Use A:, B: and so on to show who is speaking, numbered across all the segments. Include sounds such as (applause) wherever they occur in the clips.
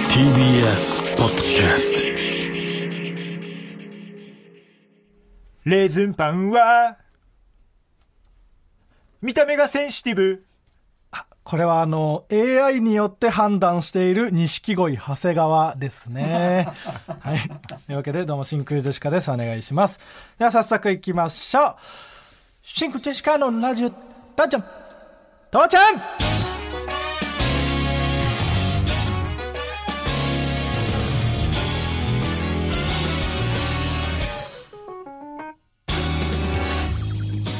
A: TBS ポッドキャス
B: レーズンパンは、見た目がセンシティブ。
C: これはあの AI によって判断している錦鯉長谷川ですね。はい。というわけでどうも真空ジェシカです。お願いします。では早速行きましょう。真空ジェシカのラジオ、たーちゃん、父ちゃん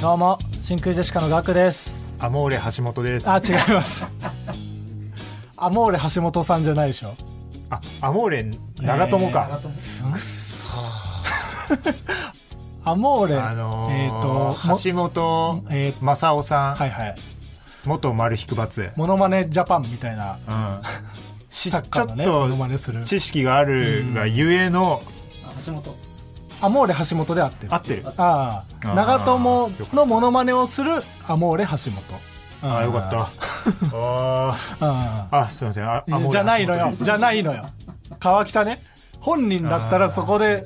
C: どうも真空ジェシカのガクです。
B: アモーレ橋本です。
C: あ
B: あ、
C: 違います。アモーレ橋本さんじゃないでしょ。
B: アモーレ長友か。
C: アモーレ、
B: あのー
C: えっ、とも、
B: 橋本
C: えー
B: 正夫さん、
C: はいはい、
B: 元丸引くバツ。
C: モノマネジャパンみたいな
B: うん。し
C: サッ
B: ち
C: カ
B: ょ
C: ーの
B: っ
C: ね、モノマ
B: と
C: ネする。
B: 知識があるがゆえの、
D: 橋本
C: アモーレ橋本で合ってる。
B: 合ってる。
C: ああ
B: あー
C: 長友のモノマネをするアモーレ橋本。
B: ああ、よかった。
C: (laughs)
B: あ
C: た。
B: ーあ、すいません。あアモーレ
C: じゃないの
B: 橋
C: よ
B: 本、です
C: じゃないのよ。川北ね、本人だったらそこで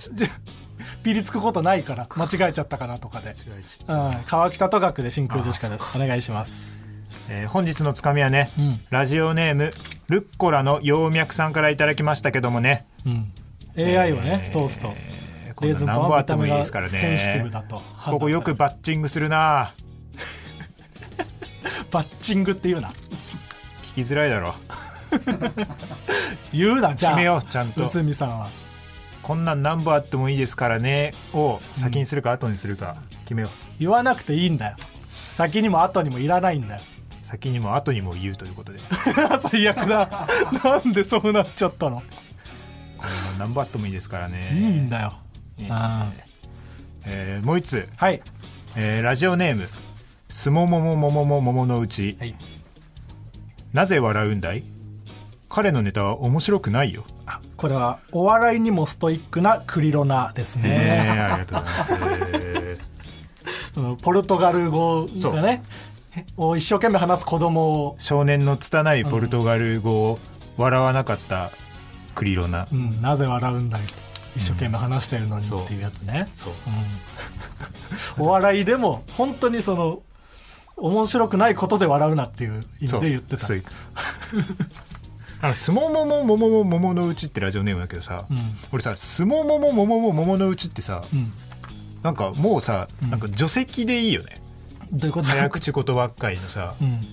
C: ピリつくことないから、間違えちゃったかなとかで。
B: 違うちょっと
C: うん、川北と学で真空ジェシカです。お願いします。
B: えー本日のつかみはね、
C: うん
B: ラジオネーム、ルッコラの葉脈さんからいただきましたけどもね。
C: うん、AI をね、通すと
B: こんな何本あってもいいですから
C: センシティブ
B: ね
C: だと判断され
B: ここよくバッチングするな
C: バッチングって言うな
B: 聞きづらいだろ
C: 言うなじゃあ
B: 決めようちゃんと
C: 内海さんは
B: こんなん何本あってもいいですからねを先にするか後にするか決めよ
C: 言わなくていいんだよ先にも後にもいらないんだよ (laughs)
B: う先にも後にも言うということでこ
C: 最悪だなんでそうなっちゃったの
B: んなん何本あってもいいですから
C: いいん
B: ね、
C: だよ、
B: え
C: あ
B: えーもう一つ、
C: ーはい
B: えーラジオネーム「すもももももももものうち、
D: い
B: なぜ笑うんだい彼のネタは面白くないよ」
C: あこれはお笑いにもストイックなクリロナです
B: え
C: ね、
B: ーありがとうございます、えー
C: うんポルトガル語がねを一生懸命話す子供を、
B: 少年の拙いポルトガル語を笑わなかったクリロナ、
C: うん、なぜ笑うんだいと一生懸命話してるのにっていうやつね、
B: そう
C: うんお笑いでも本当にその面白くないことで笑うなっていう意
B: そ
C: 味
B: う
C: で言ってた
B: そういう (laughs) あの「すもももももももものうち」ってラジオネームだけどさ、
C: うん
B: 俺さ「すもももももももものうち」ってさ、
C: うん、
B: なんかもうさなんか除籍でいいよね、
C: どういうこと
B: 早口言葉っかりのさ
C: うん、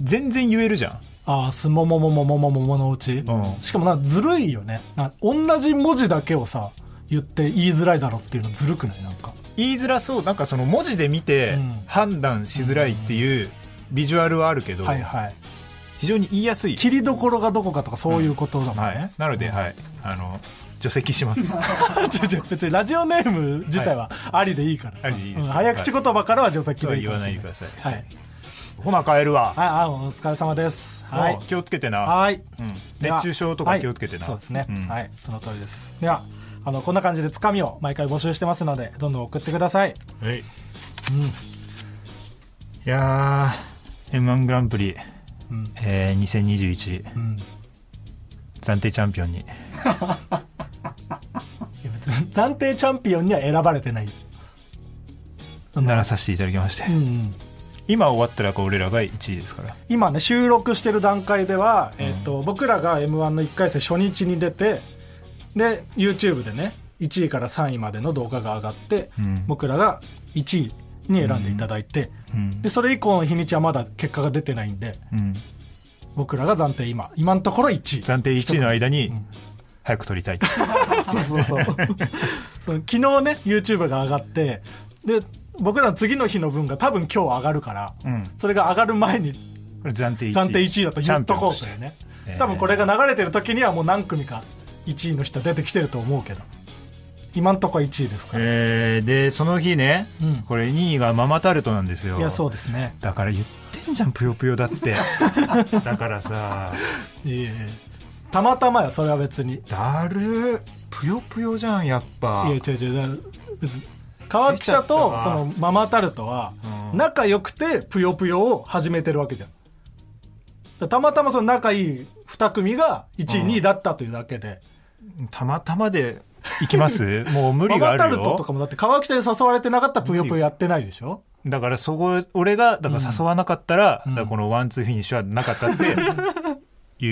B: 全然言えるじゃん
C: ああすもももももももものうち、
B: ん
C: しかもなずるいよねな同じ文字だけをさ言って言いづらいだろっていうのずるくないなんか
B: 言いづらそうなんかその文字で見て
C: うん
B: 判断しづらいっていうビジュアルはあるけど、
C: はいはい
B: 非常に言いやすい、
C: 切りどころがどこかとかそういうことだもんね、
B: はい、なので、はいあの除籍します
C: (laughs) 違う違う別にラジオネーム自体はありでいいからさ、
B: ありでいいです
C: うん
B: か
C: 早口言葉からは除籍
B: とは
C: でいい
B: 言
C: か
B: わ
C: もし
B: ない
C: れ
B: でください、
C: はい
B: ほな帰るわ
C: ああお疲れ様ですは
B: はいい、気をつけてな、
C: はい
B: うん、
C: では
B: 熱中症とか気をつけてな、
C: はいそうですね、
B: ん
C: はいその通りですではあのこんな感じでつかみを毎回募集してますのでどんどん送ってください
B: はい、いやー m 1グランプリ、
C: うん
B: えー、2021
C: うん
B: 暫定チャンピオンに
C: いや別に (laughs) 暫定チャンピオンには選ばれてない
B: ならさせていただきまして、
C: うん、うん、
B: 今終わったらこう俺らが1位ですから
C: 今ね収録してる段階では、えっと僕らが m 1の1回戦初日に出てで YouTube でね1位から3位までの動画が上がって、
B: うん
C: 僕らが1位に選んでいただいて、
B: うん
C: でそれ以降の日にちはまだ結果が出てないんで
B: うん、
C: 僕らが暫定今今のところ1位
B: 暫定1位の間に早く取りたい、
C: そうそう (laughs) そうその昨日ね YouTube が上がってで僕らの次の日の分が多分今日上がるから、
B: うん
C: それが上がる前に
B: これ暫定1位
C: 暫定1位だと言っとこうというね
B: えー
C: 多分これが流れてる時にはもう何組か1位の人は出てきてると思うけど今んとこは1位ですから、
B: えー、でその日ね、
C: うん
B: これ2位がママタルトなんですよ
C: いやそうですね
B: だから言ってんじゃんぷよぷよだって
C: (laughs)
B: だからさ
C: いえいえたまたまやそれは別にい
B: だるーぷよぷよじゃんやっぱ
C: や違う違うだから別に川北
B: 出ちゃった
C: と
B: な
C: そのママタルトは
B: うん
C: 仲良くてぷよぷよを始めてるわけじゃんだたまたまその仲いい2組が1位、
B: うん
C: 2位だったというだけで。
B: たまたまで行きます
C: (laughs)
B: もう無理が
C: ママタ
B: ある
C: ルトと
B: よ
C: かもだって川北に誘われてなかったらぷよぷよやってないでしょ
B: だからそこ俺がだから誘わなかったら,、
C: うん
B: だからこのワンツーフィニッシュはなかったってい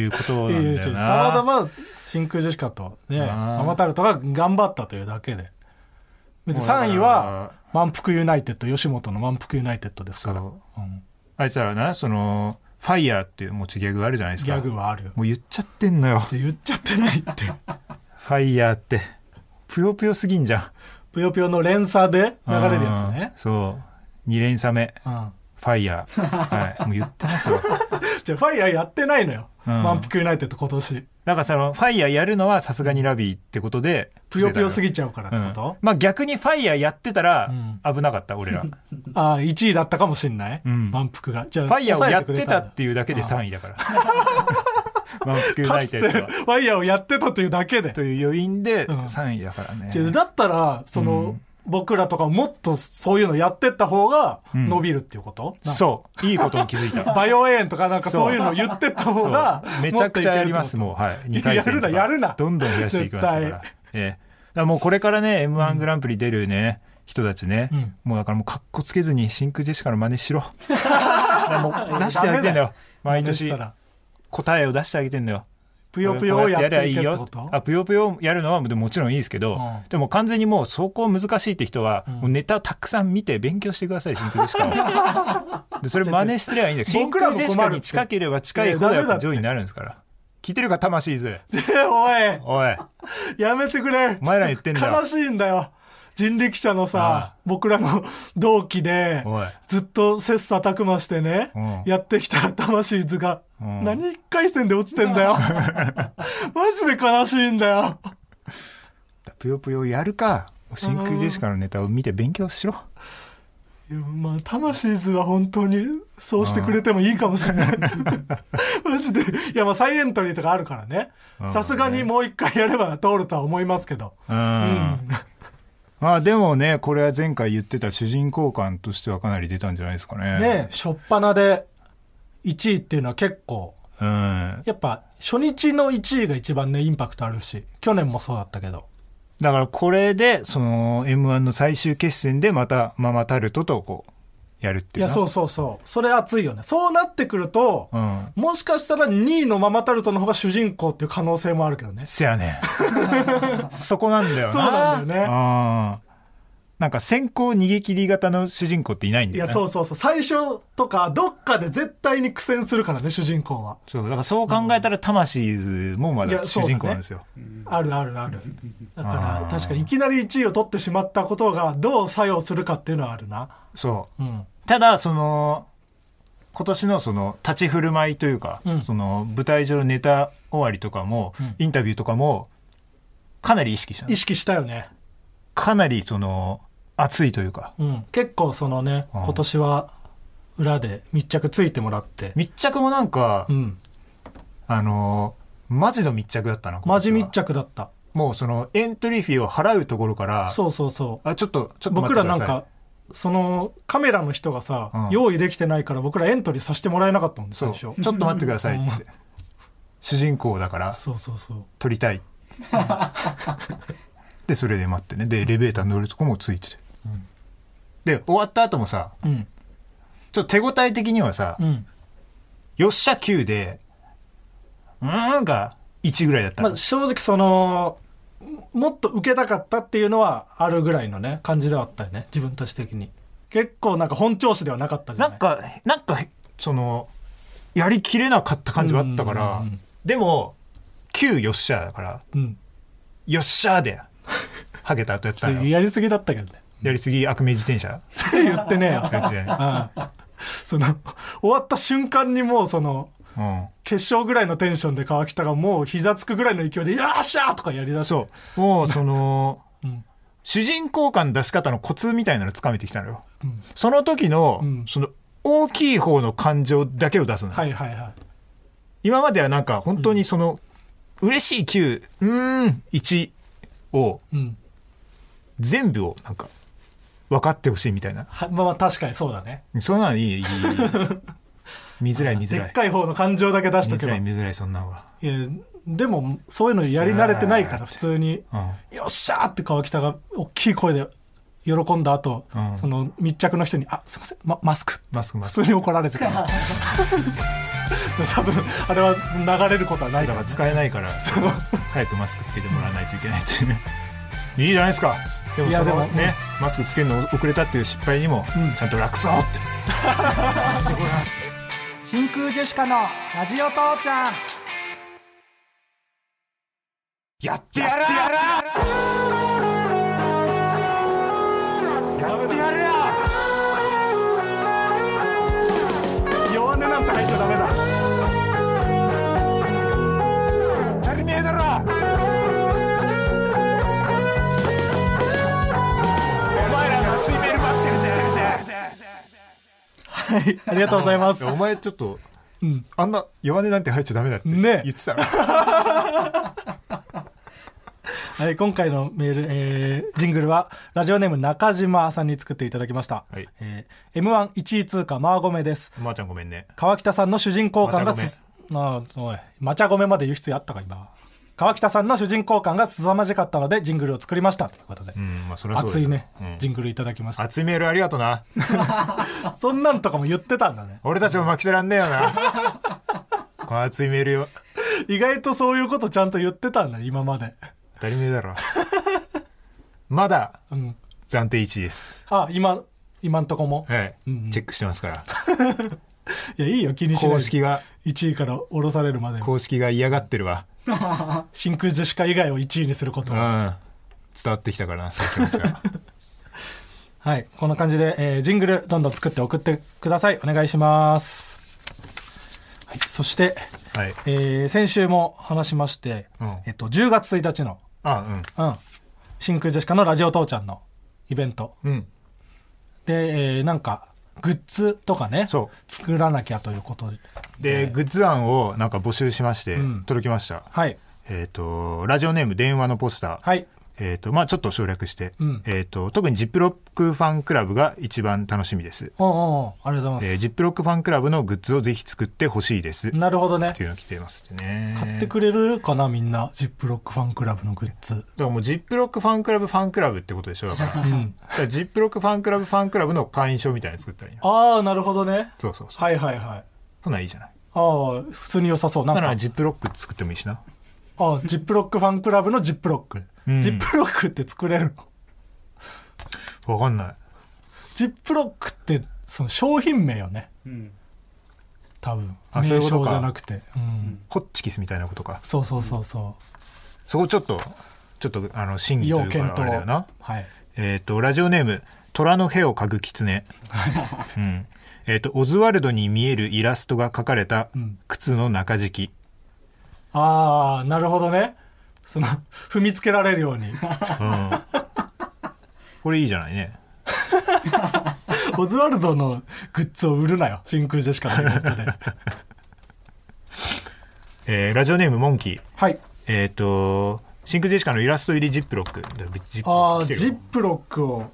B: うことなん
C: (laughs) い
B: だ
C: やいや
B: よ
C: 違うた
B: な
C: またま真空ジェシカと、ね、
B: あー
C: ママタルトが頑張ったというだけで別に3位は満腹ユナイテッド吉本の満腹ユナイテッドですから、
B: そう
C: うん
B: あいつらはなそのファイヤーっていう持ちギャグがあるじゃないです
C: ギ
B: か
C: ャグはあるよ
B: もう言っちゃってんのよ
C: って言っちゃってないって
B: ファイヤーってぷよぷよすぎんじゃん
C: ぷよぷよの連鎖で流れるやつね
B: うん、そう2連鎖目
C: うん、
B: ファイヤ
C: (laughs)
B: ーはいもう言ってますよ
C: じゃあファイヤーやってないのよ、
B: うん
C: 満腹ユナイテッド今年
B: なんかそのファイヤーやるのはさすがにラビーってことで
C: ぷよぷよす
B: ぎ
C: ぎちゃうからってこと、
B: まあ逆にファイヤーやってたら危なかった、
C: (laughs)
B: 俺らフ
C: ああ1位だったかもしんない、
B: うん
C: 満腹がじゃあ
B: ァイヤーをやっ
C: 抑え
B: て
C: くれ
B: た
C: んだ
B: っていうだけで3位だから (laughs) 満腹ユナ
C: か
B: イ
C: つて
B: テ
C: フ
B: ッドは
C: ァイヤーをやってたというだけで
B: という余韻で
C: うん
B: 3位だからね、
C: 違うだったらその、
B: うん
C: 僕らとかもっとそういうのやってった方が
B: うん
C: 伸びるっていうこと、なんか
B: そういいことに気づいた
C: (laughs) バイオエーンとかなんかそういうの言ってった
B: そ
C: 方
B: う
C: が
B: めちゃくちゃやります
C: もっ
B: もうはい
C: いや
B: 2回戦とか
C: やるなやるな
B: どんどん増やしていきますか
C: 絶
B: らええだからもうこれからね m 1グランプリ出るね、人たちね、
C: うん
B: もうだからもうかっこつけずに真空ジェシカの真似し
C: (laughs)
B: ろだからもう出してあげてんだよ
C: とい
B: 毎
C: けるっ
B: 年
C: てことそしたら
B: 答えを出してあげてんだよ
C: ぷよぷよをやってい
B: こうやや
C: けるって
B: りゃい
C: こ
B: い
C: と
B: よあぷよぷよやるのはでももちろんいいですけど、
C: うん
B: でも完全にもうそこ難しいって人は、
C: うん
B: もうネタをたくさん見て勉強してください真空ジェシカを
C: (laughs)
B: でそれ真似してればいいんです真
C: 僕ら
B: 空
C: も
B: ジ
C: 困る
B: ェ
C: って
B: シカに近ければ近いほど
C: いや
B: や
C: ダ
B: っ
C: メだっ
B: ぱ
C: て
B: 上位になるんですから聞いてるか魂図
C: (laughs) お
B: おい
C: いやめてくれ
B: お前ら言ってんだよ
C: 悲しいんだよ人力車の
B: あ
C: さ僕らの同期で
B: おい
C: ずっと切磋琢磨してね、
B: うん
C: やってきた魂図
B: う
C: が、
B: ん
C: 何一回戦で落ちて
B: (laughs)
C: んだよマジで悲しいんだよ
B: ぷよぷよやるか真空ジェシカのネタを見て勉強しろ
C: いやまあ魂図は本当にそうしてくれてもいいかもしれないマジでいやまあ再エントリーとかあるからね
B: うん
C: さすがにもう一回やれば通るとは思いますけど
B: うん、まあでもねこれは前回言ってた主人公感としてはかなり出たんじゃないですかね
C: ねえ初っ端で1位っていうのは結構
B: うん
C: やっぱ初日の1位が一番ねインパクトあるし去年もそうだったけど
B: だからこれでその m 1の最終決戦でまたママタルトとこうやるって
C: い
B: いう
C: や
B: い
C: そうそうそうそれ熱いよねそうなってくると、
B: うん
C: もしかしたら2位のママタルトの方が主人公っていう可能性もあるけどね
B: せやね
C: (laughs)
B: んそこなんだよな
C: そうなんだよね
B: ねなんか先行逃げ切り型の主人公っていないん
C: い
B: だよ
C: や
B: ね
C: そうそうそう最初とかどっかで絶対に苦戦するからね主人公は
B: そうだからそう考えたら魂ズもま
C: いや
B: だ主人公なんですよ、
C: あるある
B: (laughs)
C: あるだか
B: あー
C: ら確かにいきなり1位を取ってしまったことがどう作用するかっていうのはあるな
B: そう
C: うん
B: ただその今年のその立ち振る舞いというか、
C: うん
B: その舞台上のネタ終わりとかも、
C: うん
B: インタビューとかもかなり意識したんで
C: 意
B: す
C: 識したよね
B: かなりその熱いというか
C: うん結構そのね
B: うん
C: 今年は裏で密着ついてもらって
B: 密着もなんか、
C: うん
B: あのマジの密着だったな
C: マジ
B: 今年は
C: 密着だった
B: もうそのエントリーフィーを払うところから
C: そうそうそう
B: あちょっとちょっと待
C: 僕
B: って
C: ら
B: く
C: な
B: だ
C: ん
B: さい
C: かそのカメラの人がさ、
B: うん
C: 用意できてないから僕らエントリーさせてもらえなかったもんね
B: そ
C: 最
B: う
C: 初
B: ちょっと待ってくださいって、
C: うん
B: 主人公だから
C: そうそうそう
B: 撮りた
C: (laughs)
B: いでそれで待ってねでエレベーター乗るとこもついてて、で終わった後もさ
C: うん
B: ちょっと手応え的にはさ「
C: うん
B: よっしゃ Q」で「うーん」が1ぐらいだったの、
C: まあ、正直そのもっと受けたかったっていうのはあるぐらいのね感じではあったよね自分たち的に結構なんか本調子ではなかったじゃ
B: な
C: ない
B: んかなんかそのやりきれなかった感じはあったから
C: うんうんうん
B: でも「Q よっしゃ」だから
C: うん
B: 「よっしゃ」でハゲた後やったのよ
C: やりすぎだったけどね (laughs)
B: やりすぎ悪名自転車
C: 言ってねえよ
B: やってね
C: うんその終わった瞬間にもうその
B: うん
C: 決勝ぐらいのテンションで川北がもう膝つくぐらいの勢いで「よっしゃ!」とかやりだし
B: そうもうその、
C: うん
B: 主人公感出し方のコツみたいなのつかめてきたのよ、
C: うん
B: その時の、
C: うん
B: その大きい方の感情だけを出すの、
C: はいはいはい
B: 今まではなんか本当にその、嬉しい9うーん1を
C: うん
B: 全部をなんか分かってほしいみたいな
C: はまあまあ確かにそうだね (laughs)
B: そんなのいいいいいい見づらい見づ
C: で
B: ら
C: っ
B: い
C: かい方の感情だけ出し
B: 見
C: と
B: づ
C: けば
B: らい見づらいそんなんは、
C: いやでもそういうのやり慣れてないから
B: し
C: 普通に
B: うん、
C: 「よっしゃ!」って川北が大きい声で喜んだ後、
B: うん
C: その密着の人に「あすいません、ま、マスク」
B: マスクマス
C: 普
B: ク
C: 通に怒られて (laughs) た多分あれは流れることはな
B: だ
C: い
B: か
C: から
B: ら使えないから早くマスクつけてもらわないといけないっていうねいいじゃないですかでも
C: いや
B: そ
C: でも
B: のねマスクつけるの遅れたっていう失敗にも、
C: うん
B: ちゃんと楽そうって
C: 真空ジェシカのラジオ父ちゃん
B: やってやらやってやるよ
C: 弱音なんて入っちゃダメだ
B: 足りねえだろお前ら熱いメール待ってるぜ
C: はいありがとうございます
B: お前ちょっと、
C: ん
B: あんな弱音なんて入っちゃダメだって言
C: ねえ
B: ってたら、
C: (laughs) はい、今回のメール、えージングルはラジオネーム中島さんに作っていただきました、
B: はい
C: え m 1 1位通過マーゴメです
B: まーちゃんごめんね
C: 川北さんの主人公感がすああおいマチャゴメまで言う必要あったか今川北さんの主人公感が凄まじかったのでジングルを作りましたということで、
B: うんまあそれはそう
C: 熱いね、
B: うん
C: ジングルいただきました
B: 熱いメールありがとな
C: そんなんとかも言ってたんだね
B: 俺たちも負けてらんねえよな (laughs) この熱いメールよ
C: 意外とそういうことちゃんと言ってたんだね今まで
B: 当たり前だろまだ
C: うん
B: 暫定1位です
C: あ今今んとこも
B: はい、
C: うんうん
B: チェックしてますから
C: いやいいよ気にしない
B: 公式が
C: 1位から降ろされるまで
B: 公式が嫌がってるわ
C: 真空ジェシカ以外を1位にするこ
B: う
C: と
B: ん伝
C: は、
B: わってきたからなその気持ちが
C: はいこんな感じで、えージングルどんどん作って送ってくださいお願いします、はい、そして、
B: はい
C: えー先週も話しまして、
B: うん
C: えっと、10月1日の、
B: あ
C: うん、真空ジェシカのラジオ父ちゃんのイベント
B: うんうん
C: で、えーなんかグッズとかね
B: そう
C: 作らなきゃということで
B: で、グッズ案をなんか募集しまして、
C: うん
B: 届きました
C: はい
B: えっ、とラジオネーム電話のポスター、
C: はい
B: えっ、とまあちょっと省略して、
C: うん
B: えっ、と特にジップロックファンクラブが一番楽しみです
C: おうおうおうありがとうござい
B: えー
C: ま
B: ジップロックファンクラブのグッズをぜひ作ってほしいですっ
C: すなるほどね
B: ていうの来てますね
C: 買ってくれるかなみんなジップロックファンクラブのグッズ
B: だからもうジップロックファンクラブファンクラブってことでしょだから,、
C: ん
B: ジップロックファンクラブファンクラブの会員証みたいなの作ったらいいよ
C: ああなるほどね
B: そうそうそう、
C: はいはいはい
B: そんなんいいじゃない
C: ああ普通に良さそうなん
B: そん
C: か
B: なら
C: あ
B: ジップロック作ってもいいしな
C: あジップロックファンクラブのジップロック、
B: うん
C: ジップロックって作れるの
B: わかんない
C: ジップロックってその商品名よね、多分
B: あそうい
C: 名
B: うこと
C: 称
B: か
C: じゃなくてうん、
B: ホッチキスみたいなことか
C: そうそうそうそ
B: そこちょっとちょっとあの審
C: う
B: 議と
C: 要
B: いう
C: 検
B: かあれだよ
C: 討
B: な
C: はい
B: えっ、とラジオネーム「虎の屁を嗅ぐ (laughs) 狐」うんえっ、とオズワルドに見えるイラストが描かれた
C: うん
B: 靴の中敷き、
C: ああなるほどねその踏みつけられるよう
B: (laughs)
C: に
B: うん、これいいじゃないね
C: オズワルドのグッズを売るなよ真空ジェシカのイベントで
B: えーラジオネームモンキー
C: はい
B: えっ、と真空ジェシカのイラスト入りジップロックだジップロック
C: ああ
B: 来てる
C: ジップロックを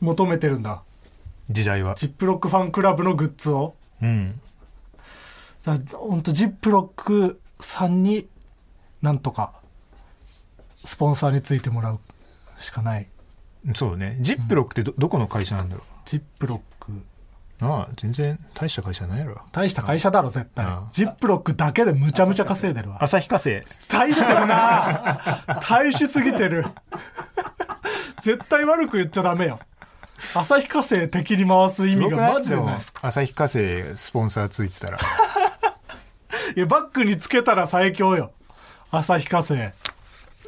C: 求めてるんだ
B: 時代は
C: ジップロックファンクラブのグッズを
B: うん
C: だ本当ジップロックさんになんとかスポンサーについてもらうしかない
B: そうねジップロックってどどこの会社なんだろ
C: ジップロック
B: うなあ全然大した会社ないやろ
C: 大した会社だろ絶対
B: うん
C: ジップロックだけでむちゃむちゃ稼いでるわ
B: 旭化成
C: 大してるな大しすぎてる絶対悪く言っちゃダメよ旭化成敵に回す意
B: す
C: 味
B: ごくな
C: が
B: い
C: マジで
B: も
C: ない
B: 旭化成スポンサーついてたら (laughs)
C: いやバックにつけたら最強よ旭化成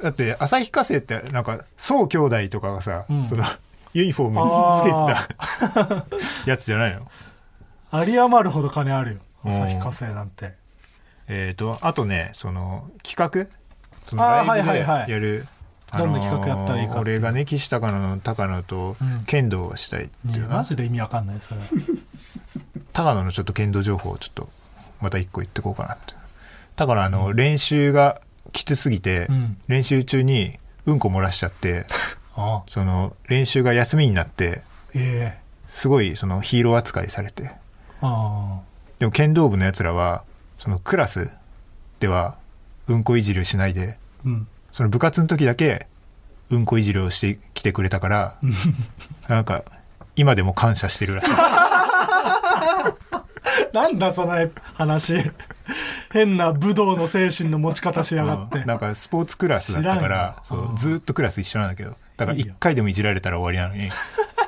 B: だって旭化成ってなんか宋兄弟とかがさ、
C: ん
B: そのユニフォームにつけてた (laughs) やつじゃないの
C: 有り余るほど金あるよ
B: うん
C: 旭化成なんて
B: えー、とあとねその企画その
C: あー
B: ライブで
C: はいはいはい
B: やる
C: どんな企画やったらいいかっていう
B: 俺がね岸高野の高野と
C: うん
B: 剣道をしたいって
C: い
B: い
C: や
B: うな、
C: マジで意味わかんないそれ (laughs)
B: 高野のちょっと剣道情報をちょっとまた一個言ってこうかなって高野あの、練習がきつすぎて、
C: うん
B: 練習中にうんこ漏らしちゃって
C: (laughs) あ
B: その練習が休みになって
C: ええ
B: すごいそのヒーロー扱いされて
C: ああ
B: でも剣道部のやつらはそのクラスではうんこいじりをしないで
C: うん
B: その部活の時だけうんこいじりをしてきてくれたから
C: (laughs)
B: なんか今でも感謝してるらしい
C: (laughs) なんだその話変な武道の精神の持ち方しやがって
B: うんなんかスポーツクラスだったか
C: 知らん
B: ら
C: よ
B: そううんずーっとクラス一緒なんだけどだから
C: いいよ
B: 一回でもいじられたら終わりなの
C: (laughs)
B: に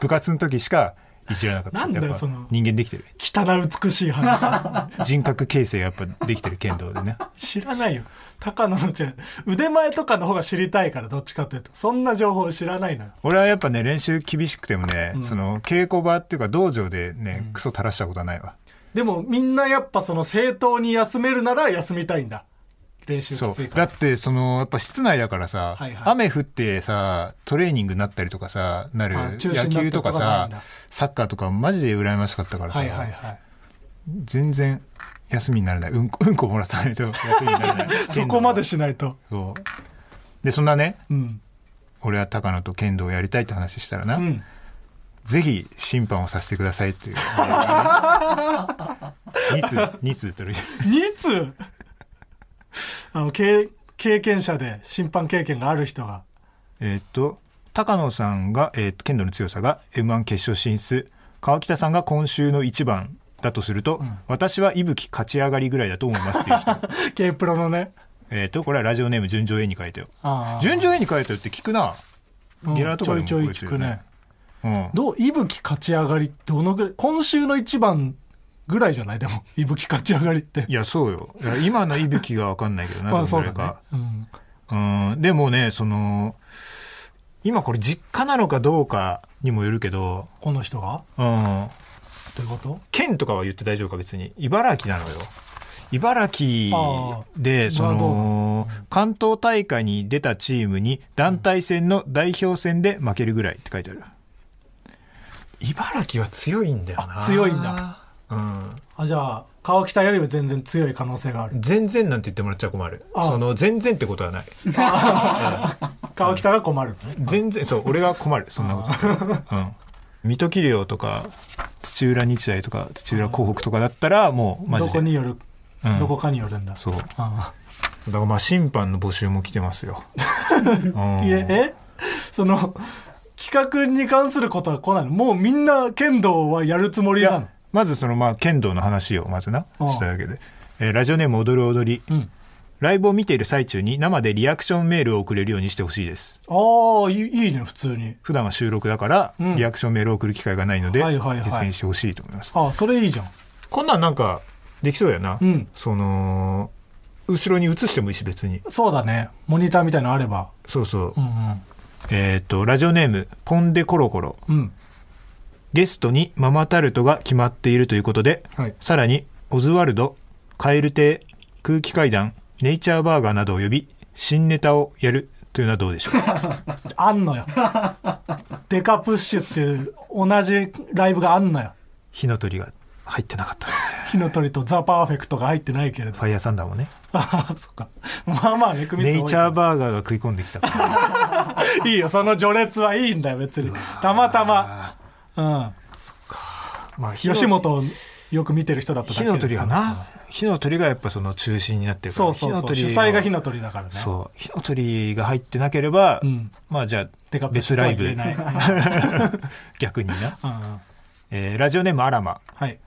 B: 部活の時しかいじらなかった
C: なんだよ
B: やっぱ
C: その
B: 人間できてる
C: 汚い美しい (laughs) 話
B: 人格形成やっぱできてる剣道
C: (laughs)
B: でね
C: 知らないよ高野のちゃん腕前とかの方が知りたいからどっちかというとそんな情報知らないのよ
B: 俺はやっぱね練習厳しくてもね、
C: ん
B: その稽古場っていうか道場でね、クソ垂らしたことはないわ
C: でもみんなやっぱその正当に休めるなら休みたいんだ練習
B: そ
C: きついうか
B: だ
C: ら
B: ってそのやっぱ室内だからさ、
C: はいはい
B: 雨降ってさトレーニングになったりとかさなる
C: あ中
B: 野
C: 止になったり
B: 球とか
C: とかなる
B: さ
C: んだ
B: サッカーとかマジで羨ましかったからさ、
C: はいはいはい
B: 全然休みにならないうんこ (laughs) うんこもらさないと休みにならない
C: そこまでしないと
B: そうでそんなね
C: うん
B: 俺は高野と剣道をやりたいって話したらな、
C: うん
B: ぜひ審判をさせてください
C: (laughs)
B: っていう (laughs) 二通二通取る
C: 2通 (laughs) あの経経験者で審判経験がある人が
B: えーっと高野さんが、えーっと剣道の強さが m 1決勝進出川北さんが今週の一番だとすると、私は伊吹勝ち上がりぐらいだと思いますっていう
C: (laughs)
B: 人
C: K プロのね
B: えーっとこれはラジオネーム純情 A に書いてよ
C: あー
B: 純情 A に書いてよって聞くな
C: うん
B: ゲラと
C: ち
B: か
C: ょ
B: で
C: い
B: も
C: ちょい
B: こいつ
C: 聞くね
B: うん
C: どう伊吹勝ち上がりってどのぐらい今週の一番ぐらいじゃないでも (laughs) 伊吹勝ち上がりって
B: いやそうよいや今の伊吹が分かんないけどな
C: (laughs) まあ
B: ど
C: そ
B: の
C: う
B: ぐら
C: だ
B: いか
C: ね、うん、
B: うんでもねその今これ実家なのかどうかにもよるけど
C: この人が
B: うん
C: ということ
B: 県とかは言って大丈夫か別に茨城なのよ茨城で
C: ー
B: そ
C: まあどうな
B: の関東大会に出たチームに団体戦の代表戦で負けるぐらいって書いてある茨城は強いんだよな
C: あ強いんだ、
B: うん、
C: あじゃあ川北よりは全然強い可能性がある
B: 全然なんて言ってもらっちゃ困る
C: あ
B: その全然ってことはない
C: 川北が困るのね
B: 全然そう俺が困るそんな
C: (laughs)
B: ことうん水戸桐生とか土浦日大とか土浦港北とかだったらもうマジ
C: ど
B: で
C: こによる、
B: うん
C: どこかによるんだ
B: そうだか
C: あ
B: らまあ審判の募集も来てます
C: (laughs)
B: よ、うん
C: ーいええその企画に関することは来ないのもうみんな剣道はやるつもり
B: い
C: なの
B: やまずそのまあ剣道の話をまずな
C: うん
B: しただけで、えーラジオネーム踊る踊り
C: うん
B: ライブを見ている最中に生でリアクションメールを送れるようにしてほしいです
C: ああいいいいね普通に
B: 普段は収録だから
C: うん
B: リアクションメールを送る機会がないので
C: はいはいはい
B: 実現してほしいと思います、
C: ああそれいいじゃん
B: こんなんなんかできそうやな、
C: うん
B: その後ろに映してもいいし別に
C: そうだねモニターみたいのあれば
B: そうそう、
C: うんうん
B: えっ、とラジオネームポンデコロコロ
C: うん
B: ゲストにママタルトが決まっているということで
C: はい
B: さらにオズワルドカエル亭空気階段ネイチャーバーガーなどを呼び新ネタをやるというのはどうでしょう
C: (laughs)
B: か
C: あん
B: (laughs)
C: のよデカプッシュっていう同じライブがあんのよ
B: 火の鳥が入ってなかったですね
C: 火の鳥とザ・パーフェクトが入ってないけれど
B: ファイヤーサンダーもね
C: ああそっかまあまあね組数多い
B: ネイチャーバーガーが食い込んできたから
C: (laughs) いいよその序列はいいんだよ別にたまたま
B: あ
C: うん
B: ーまあ火の
C: 吉本をよく見てる人だっただけ
B: 火
C: で
B: の鳥がな火の鳥がやっぱその中心になってるか
C: そ
B: ら
C: うそう
B: 火の
C: そう
B: 鳥
C: 主催が火の鳥だからね
B: そう火の鳥が入ってなければ、
C: うん
B: まあじゃ
C: デ
B: あ
C: カプッ
B: 別
C: シュと
B: ラ
C: は
B: イブ
C: 言えない (laughs)
B: (laughs) 逆にな、
C: うんうん
B: えーラジオネームアラマ
C: はい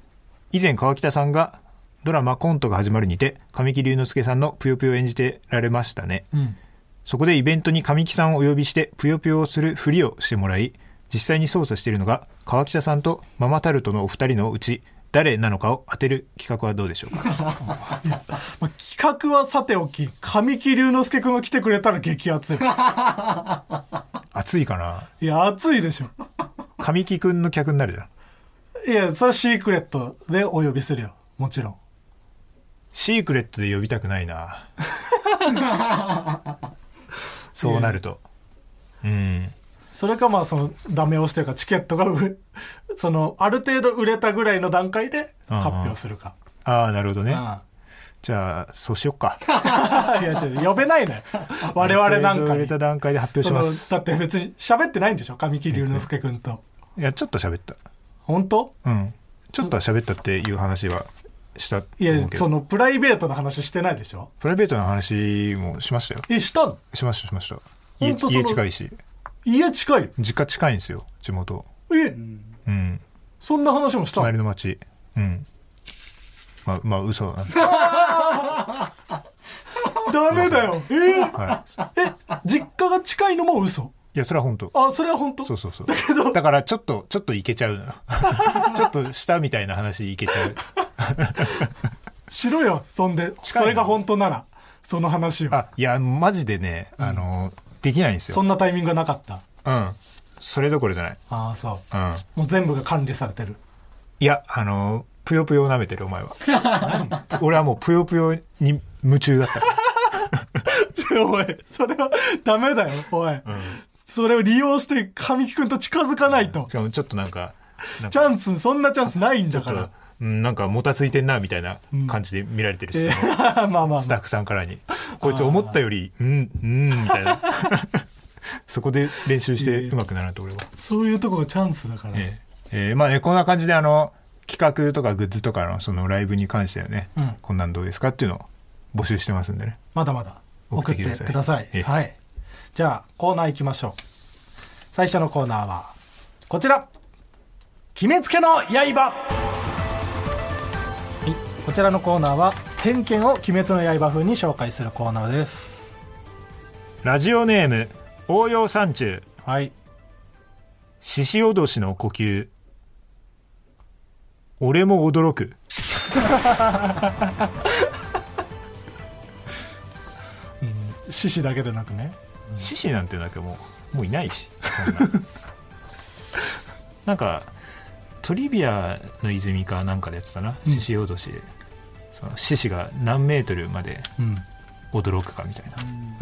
B: 以前川北さんがドラマコントが始まるにて神木隆之介さんのぷよぷよを演じてられましたね
C: うん
B: そこでイベントに神木さんをお呼びしてぷよぷよをするふりをしてもらい実際に操作しているのが川北さんとママタルトのお二人のうち誰なのかを当てる企画はどうでしょう
C: (laughs)
B: か
C: まあ、企画はさておき神木隆之介君が来てくれたら激ア
B: (laughs)
C: ツよ
B: 熱いかない
C: や熱いでしょ
B: 神木くんの客になるじゃん
C: いやそれはシークレットでお呼びするよもちろん
B: シークレットで呼びたくないなそうなるとうん
C: それかまあそのダメ押しという (laughs) かチケットが売そのある程度売れたぐらいの段階で発表するか、
B: ああなるほどね
C: うん
B: じゃあそうしよっか
C: いや違う呼べないのよ (laughs) 我々なんか
B: (laughs) 売れ
C: に
B: た段階で発表し
C: そ
B: ま
C: の
B: す
C: だって別に喋ってないんでしょ神木隆之介君と
B: いやちょっと喋った
C: 本当
B: うんちょっとは喋ったっていう話はしたと
C: い
B: 思
C: や
B: うけ
C: そ
B: ど
C: のプライベートの話してないでしょ
B: プライベートの話もしましたよ
C: えしたの
B: しましたしました
C: ほ
B: 家
C: んとその
B: 家近いし
C: 家近い
B: 実家近いんですよ地元
C: え
B: うん
C: そんな話もしたの
B: 隣の町うんまあまあ嘘なんですけど
C: ダメだよえー
B: はい
C: え実家が近いのも嘘
B: いやそれは本当
C: あそれは本当
B: そうそうそうだからちょっとちょっといけちゃうのよ (laughs) ちょっとしたみたいな話いけちゃう
C: しろよそんで
B: 近い
C: そ
B: の
C: れが本当ならその話を
B: あいやマジでねあの、できないんです
C: そ
B: よ
C: んなタイミングがなかった
B: うんそれどころじゃない
C: ああそう
B: うん
C: もう全部が管理され
B: (laughs)
C: てる
B: いやあのぷよぷよを舐めてるお前は俺はもうぷよぷよに夢中だったから
C: (laughs) おいそれはダメだよおい、それを利用して神木君と近づかないと、
B: しかもちょっとなんかなん
C: チ
B: か
C: ャンスそんなチャンスないん
B: ち
C: だ
B: ょ
C: か
B: っ
C: ら
B: と、うん、なんかもたついてんなみたいな感じで見られてるし、
C: えー (laughs) まあまあ
B: ス
C: ま
B: タ
C: あ
B: ッフさんからに「こいつ思ったよりうんうん」みたい
C: (laughs)
B: なそこで練習してうまくならんと俺は。
C: そういうとこがチャンスだから、
B: えええーまあねこんな感じであの企画とかグッズとかのそのライブに関してはね、
C: うん
B: こんなんどうですかっていうのを募集してますんでね
C: まだまだ送
B: 送
C: っ
B: ってて
C: く
B: く
C: だ
B: だ
C: さ
B: さ
C: い
B: いええ
C: はいじゃあコーナー行きましょう最初のコーナーはこちら決めつけの刃はいこちらのコーナーは偏見を鬼滅の刃風に紹介するコーナーです
B: ラジオネーム応用山中
C: はい
B: 獅子おどしの呼吸俺も驚く
C: 獅子だけでなくね
B: 獅子なんてなんかもうもういないしそんな (laughs) なんかトリビアの泉かなんかでやってたな獅子おどしで、その獅子が何メートルまで
C: うん
B: 驚くかみたいな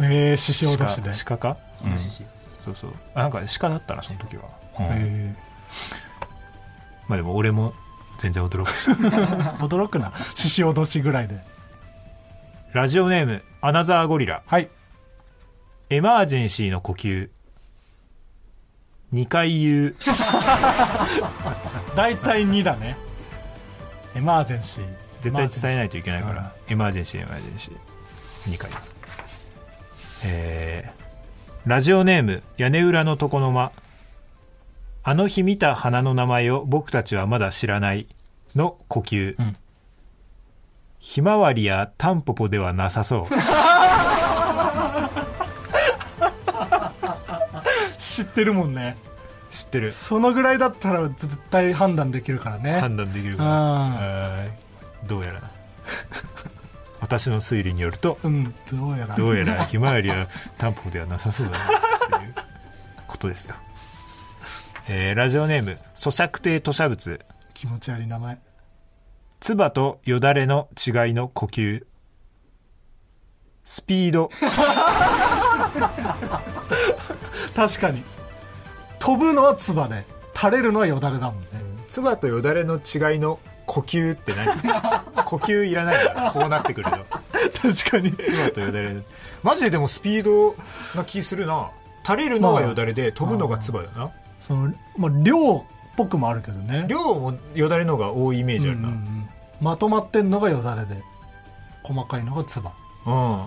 C: えー、獅子おどしで
B: 鹿鹿か、うん、そうそうあなんか鹿だったなその時は、うん
C: え
B: まあでも俺も全然驚く (laughs) し
C: ー驚くな獅子おどしぐらいで
B: ラジオネームアナザーゴリラ
C: はい
B: エマージェンシーの呼吸2回言う
C: 大体2だねエマージェンシー
B: 絶対伝えないいといけないからエマージェンシーエマージェンシー2回えー、ラジオネーム屋根裏の床の間あの日見た花の名前を僕たちはまだ知らないの呼吸、
C: ん
B: ひまわりやタンポポではなさそう
C: 知ってるもんね
B: 知ってる
C: そのぐらいだったら絶対判断できるからね
B: 判断できるかな
C: あ
B: はーいどうやら (laughs) 私の推理によると
C: うんどうやら
B: どうやらひまわりはタンポポではなさそうだなっていうことですよ、えーラジオネーム咀嚼亭吐砂物
C: 気持ち悪い名前
B: 唾とよだれの違いの呼吸スピード
C: 確かに飛ぶのは唾で垂れるのはよだれだもんね
B: 唾とよだれの違いの呼吸って何ですか呼吸いらないからこうなってくると
C: 確かに
B: 妻とよだれマジででもスピードな気するな垂れるのがよだれで飛ぶのが唾だな
C: そのまあ量っぽくもあるけどね
B: 量もよだれの方が多いイメージあるな
C: うんうんうんまとまってんのがよだれで細かいのが唾
B: うん、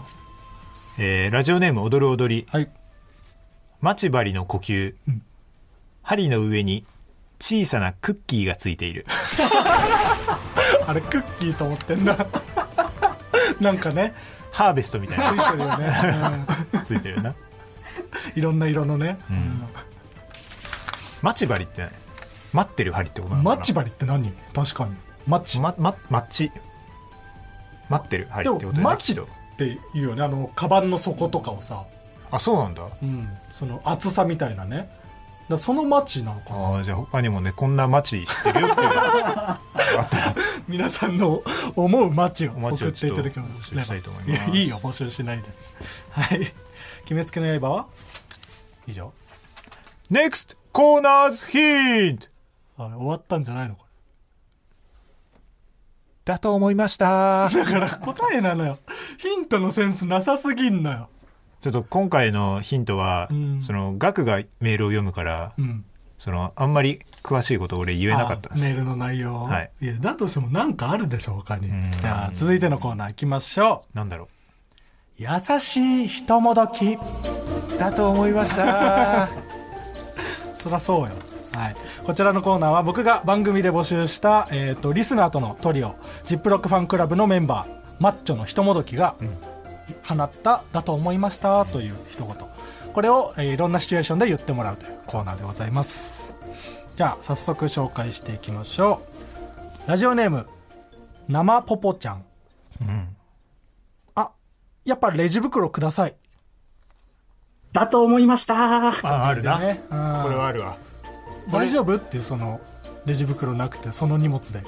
B: えーラジオネーム踊る踊り
C: はい
B: 待ち針の呼吸、
C: ん
B: 針の上に小さなクッキーがついている
C: あれクッキーと思って
B: (laughs)
C: んだなんかね
B: ハーベストみたい
C: つ
B: ない
C: てるよね、 (laughs)
B: のついてるな
C: うんいろんな色のね、
B: ん待ち針って何待ってる針ってこと
C: う
B: なんのか
C: マ
B: な
C: ッチ針って何確かにマッチ、
B: ま、ま、待ち待ってる針
C: で
B: っ
C: も
B: てことだよね
C: マッチっていうよねあのカバンの底とかをさ、
B: あそうなんだ
C: うん、その厚さみたいなねだからそのマッチなのかな
B: あーじゃあ他にもねこんな待ち知ってるよって
C: (laughs)
B: いうのがあったら
C: 皆さんの (laughs) 思うマッチを
B: お待ち
C: 送
B: を
C: っていただければ
B: ちょっと募集したいと思います
C: やいいよ募集しないではい「鬼滅の刃は」以上
B: NEXT コーナーズヒント
C: あれ終わったんじゃないのこ
B: だと思いました
C: れだから答えなのよヒントのセンスなさすぎんのよ
B: ちょっと今回のヒントは、
C: うん
B: そのガクがメールを読むから、
C: うん
B: そのあんまり詳しいこと俺言えなかったで
C: あメー
B: す
C: ルの内容、
B: はい
C: やだとしてもなんかあるでしょ他に
B: ん
C: じゃあ続いてのコーナー行きましょ
B: なんだろ
C: う優しいひともどき
B: うだと思いました
C: (laughs) そりゃそうよ、はい、こちらのコーナーは僕が番組で募集した、えー、とリスナーとのトリオジップロックファンクラブのメンバーマッチョのひともどきが放っただと思いましたという一言これを、えーいろんなシチュエーションで言ってもらうというコーナーでございますじゃあ早速紹介していきましょうラジオネーム生ポポちゃん、あやっぱレジ袋ください
D: だと思いました。
B: ああるな、
C: でねうん
B: これはあるわ
C: 大丈夫っていうそのレジ袋なくてその荷物で、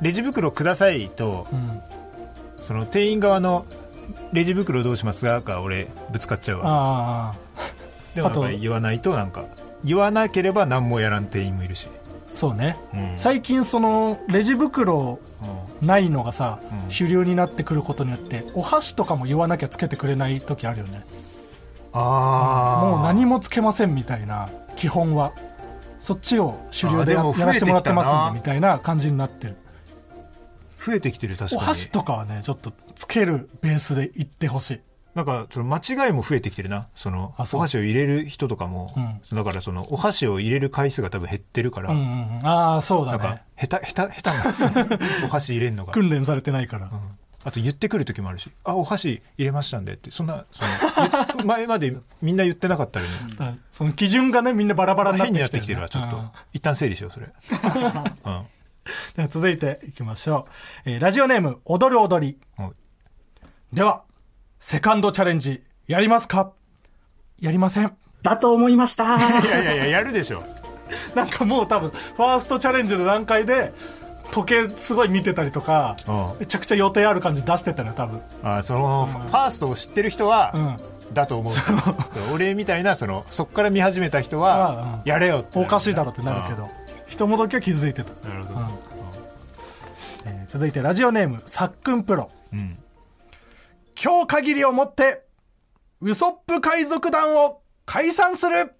B: レジ袋くださいと
C: うん、
B: その店員側のレジ袋どうしますかが俺ぶつかっちゃうわ
C: ああ
B: でもなんか
C: あと
B: 言わないとなんか言わなければ何もやらん店員もいるし、
C: そうね、
B: うん
C: 最近そのレジ袋
B: うん
C: ないのがさ、
B: うん
C: 主流になってくることによってお箸とかも言わなきゃつけてくれない時あるよね
B: ああ
C: もう何もつけませんみたいな基本はそっちを主流で
B: あーで
C: や
B: も
C: やらせてもらって
B: 増えてきた
C: ま
B: な
C: すんでみたいな感じになってる
B: 増えてきてる確か
C: お
B: に
C: 箸とかはねちょっとつけるベースでいってほしい
B: なんかその間違いも増えてきてるなその
C: あそう
B: お箸を入れる人とかも、だからそのお箸を入れる回数が多分減ってるから、
C: うんうんうんああそう
B: な
C: だ
B: んか
C: ね
B: 下手下手下手なんですよお箸入れるのが、
C: 訓練されてないから、
B: うんあと言ってくる時もあるし「あお箸入れましたんで」ってそんなその言っ前までみんな言ってなかったのに
C: だからその基準がねみんなバラバラになっ
B: 変
C: て
B: に
C: きて
B: な
C: る,、ね、
B: ってきてるわちょっと、
C: うん
B: 一旦整理しようそれ、
C: (laughs)
B: うん
C: では続いていきましょう、えーラジオネーム踊る踊り
B: はい
C: ではセカンドチャレンジやりますかやりません
D: だと思いました。
B: いやいやいややるでしょ
C: (laughs) なんかもう多分ファーストチャレンジの段階で時計すごい見てたりとか
B: うん
C: めちゃくちゃ予定ある感じ出してたのよ多分
B: あそのファーストを知ってる人は、だと思うそう俺みたいなそのそっから見始めた人は
C: ああ
B: やれよってなる
C: おかしいだろってなるけどひともどきは気づいてた、
B: ああなるほ
C: うん
B: ど
C: えー続いてラジオネームさっくんプロ
B: うん
C: 今日限りをもってウソップ海賊団を解散する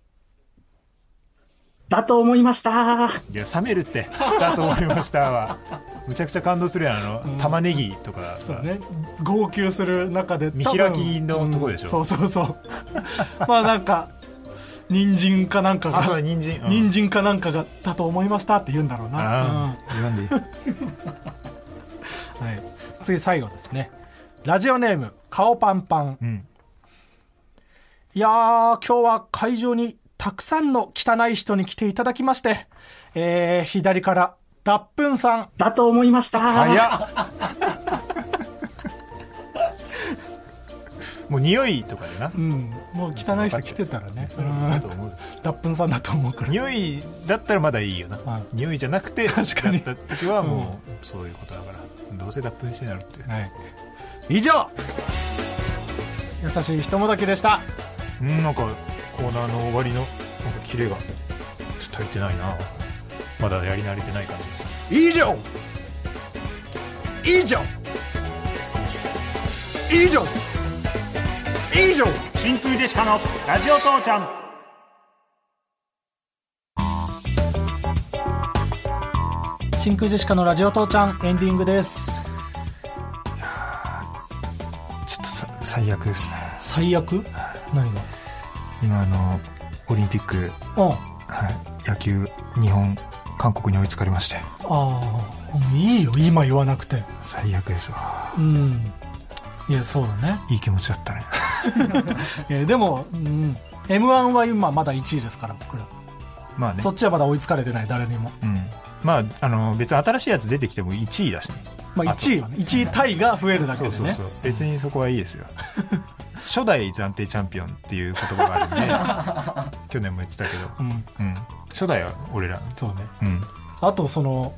D: だと思いました。
B: いや冷めるってだと思いましたはむちゃくちゃ感動するやんあの、玉ねぎとか
C: そうね、号泣する中で
B: 見
C: 多
B: 開
C: 分
B: きのとこでしょ
C: うんそうそうそう (laughs) まあなんか人参かなんか
B: あそうだ
C: が
B: 人参うん
C: 人参かなんかがだと思いましたって言うんだろうな
B: あ、あ言わんでいい
C: うんはい、次最後ですねラジオネーム顔パンパン
B: うん
C: いやー今日は会場にたくさんの汚い人に来ていただきまして、えー左から脱粉さん
D: だと思いました。
B: 早っ (laughs) もう匂いとかでな
C: うん、もう汚い人来てたらね
B: それはだと思う
C: うん脱粉さんだと思うから
B: 匂いだったらまだいいよな、
C: はい
B: 匂いじゃなくて
C: 確かに
B: だった時はもうそういうことだから、どうせ脱粉してなるって、
C: はい、以上優しいひともどきでした
B: うんなんかコーナーの終わりのなんかキレがちょっと足りてないなまだやり慣れてない感じです
C: 以上以上以上以上
B: 真空でしかのラジオ父ちゃん
C: 真空ジェシカのラジオ父ちゃんエンディングです
B: ちょっとさ最悪ですね
C: 最悪何が
B: 今あのオリンピック、
C: うん
B: はい、野球日本韓国に追いつかれまして
C: ああいいよ今言わなくて
B: 最悪ですわ
C: うんいやそうだね
B: いい気持ちだった
C: (laughs)
B: ね
C: いやでも、うん、m 1は今まだ1位ですから僕ら
B: まあね
C: そっちはまだ追いつかれてない誰にも
B: うんまああの別に新しいやつ出てきても1位だしね
C: まあ
B: あと
C: 1位はね1位タイが増えるだ
B: そ
C: けで
B: う
C: ね
B: そうそう別にそこはいい
C: (laughs)
B: ですよ初代暫定チャンピオンっていう言葉があるん
C: (laughs)
B: で去年も言ってたけど、
C: うん
B: うん、初代は俺ら
C: そうね
B: うん
C: あとその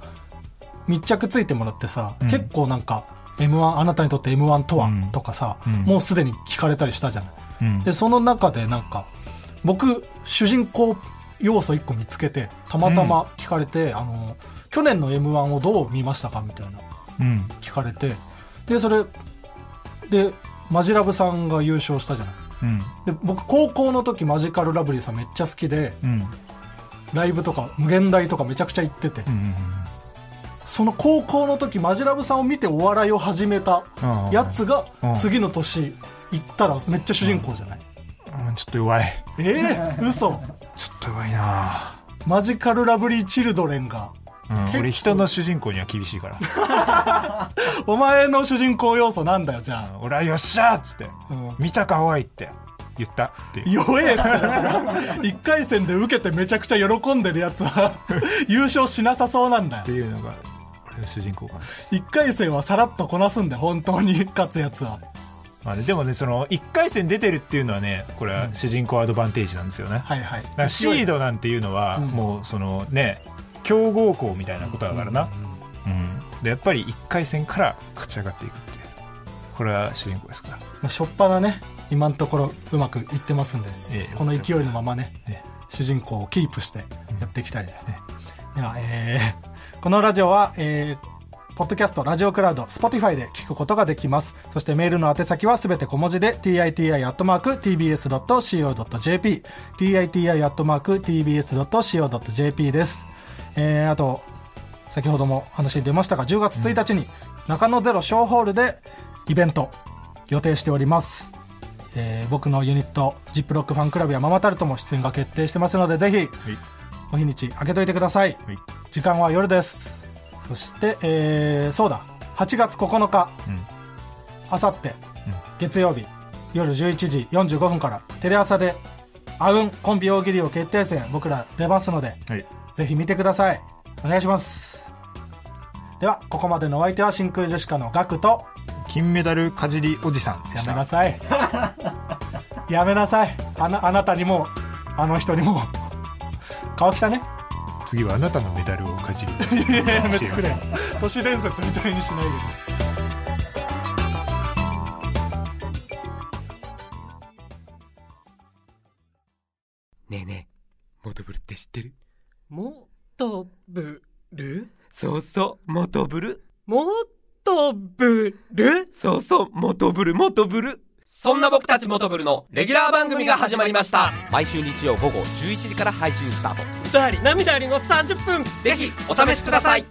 C: 密着ついてもらってさ、
B: うん
C: 結構なんか m 1あなたにとって m 1とは、
B: うん
C: とかさ、
B: うん
C: もうすでに聞かれたりしたじゃない
B: うん
C: でその中でなんか僕主人公要素1個見つけてたまたま聞かれて、あの去年の m 1をどう見ましたかみたいな
B: うん
C: 聞かれてでそれでマジラブさんが優勝したじゃない
B: うん
C: で僕高校の時マジカルラブリーさんめっちゃ好きで
B: うん
C: ライブとか無限大とかめちゃくちゃ行ってて、
B: うんうんうん
C: その高校の時マジラブさんを見てお笑いを始めたやつが
B: うん
C: 次の年行ったらめっちゃ主人公じゃない、
B: うんちょっと弱い
C: ええ嘘
B: ちょっと弱いな
C: マジカルラブリーチルドレンが
B: うん、
C: 構
B: 俺人の主人公には厳しい
C: (laughs)
B: から
C: お前の主人公要素なんだよじゃ
B: 俺は「よっしゃ!」っつって「
C: うん
B: 見たかおい!」って言ったって
C: あ
B: いう
C: 弱えって1回戦で受けてめちゃくちゃ喜んでるやつは (laughs) 優勝しなさそうなんだよ
B: っていうのが俺の主人公感です、
C: 1回戦はさらっとこなすんで本当に勝つやつは
B: まあね、でもねその1回戦出てるっていうのはねこれは主人公アドバンテージなんですよね、
C: はいはい
B: だからシードなんていうのは
C: うん
B: もうそのね強豪校みたいなことだからな、うんでやっぱり1回勢から勝ち上がっていくっていうこれは主人公ですから
C: まあ、しょっぱなね今のところうまくいってますんで、
B: ええ
C: この勢いのままね、
B: ええ
C: 主人公をキープしてやっていきたいね、では、えーこのラジオは、えーポッドキャスト、ラジオクラウド、Spotify で聞くことができます。そしてメールの宛先はすべて小文字で titi.tbs.co.jp titi.tbs.co.jp です。えーあと、先ほども話に出ましたが10月1日に中野ゼロショーホールでイベント予定しております、えー僕のユニットジップロックファンクラブやママタルトも出演が決定してますのでぜひ
B: はい
C: お日にち開けといてください
B: はい
C: 時間は夜ですそして、えーそうだ8月9日
B: うん
C: あさって
B: うん
C: 月曜日夜11時45分からテレ朝であうんコンビ大喜利を決定戦僕ら出ますので
B: はい
C: ぜひ見てくださいお願いしますではここまでのお相手は真空ジェシカのガクと
B: 金メダルかじりおじさんで
C: や
B: し
C: め
B: た
C: なさい (laughs) やめなさいあなあなたにもあの人にも (laughs) 川北ね
B: 次はあなたのメダルをかじり
C: やめてくれ都市伝説みたいにしないで
E: ねえねえ、モトブルって知ってる
F: もとぶる
E: そうそう、モトブル。
F: もとぶる
E: そうそう、モトブル、モトブル。
F: そんな僕たちモトブルのレギュラー番組が始まりました
E: 毎週日曜午後11時から配信スタート。
F: 歌あり涙ありの30分
E: ぜひ、お試しください。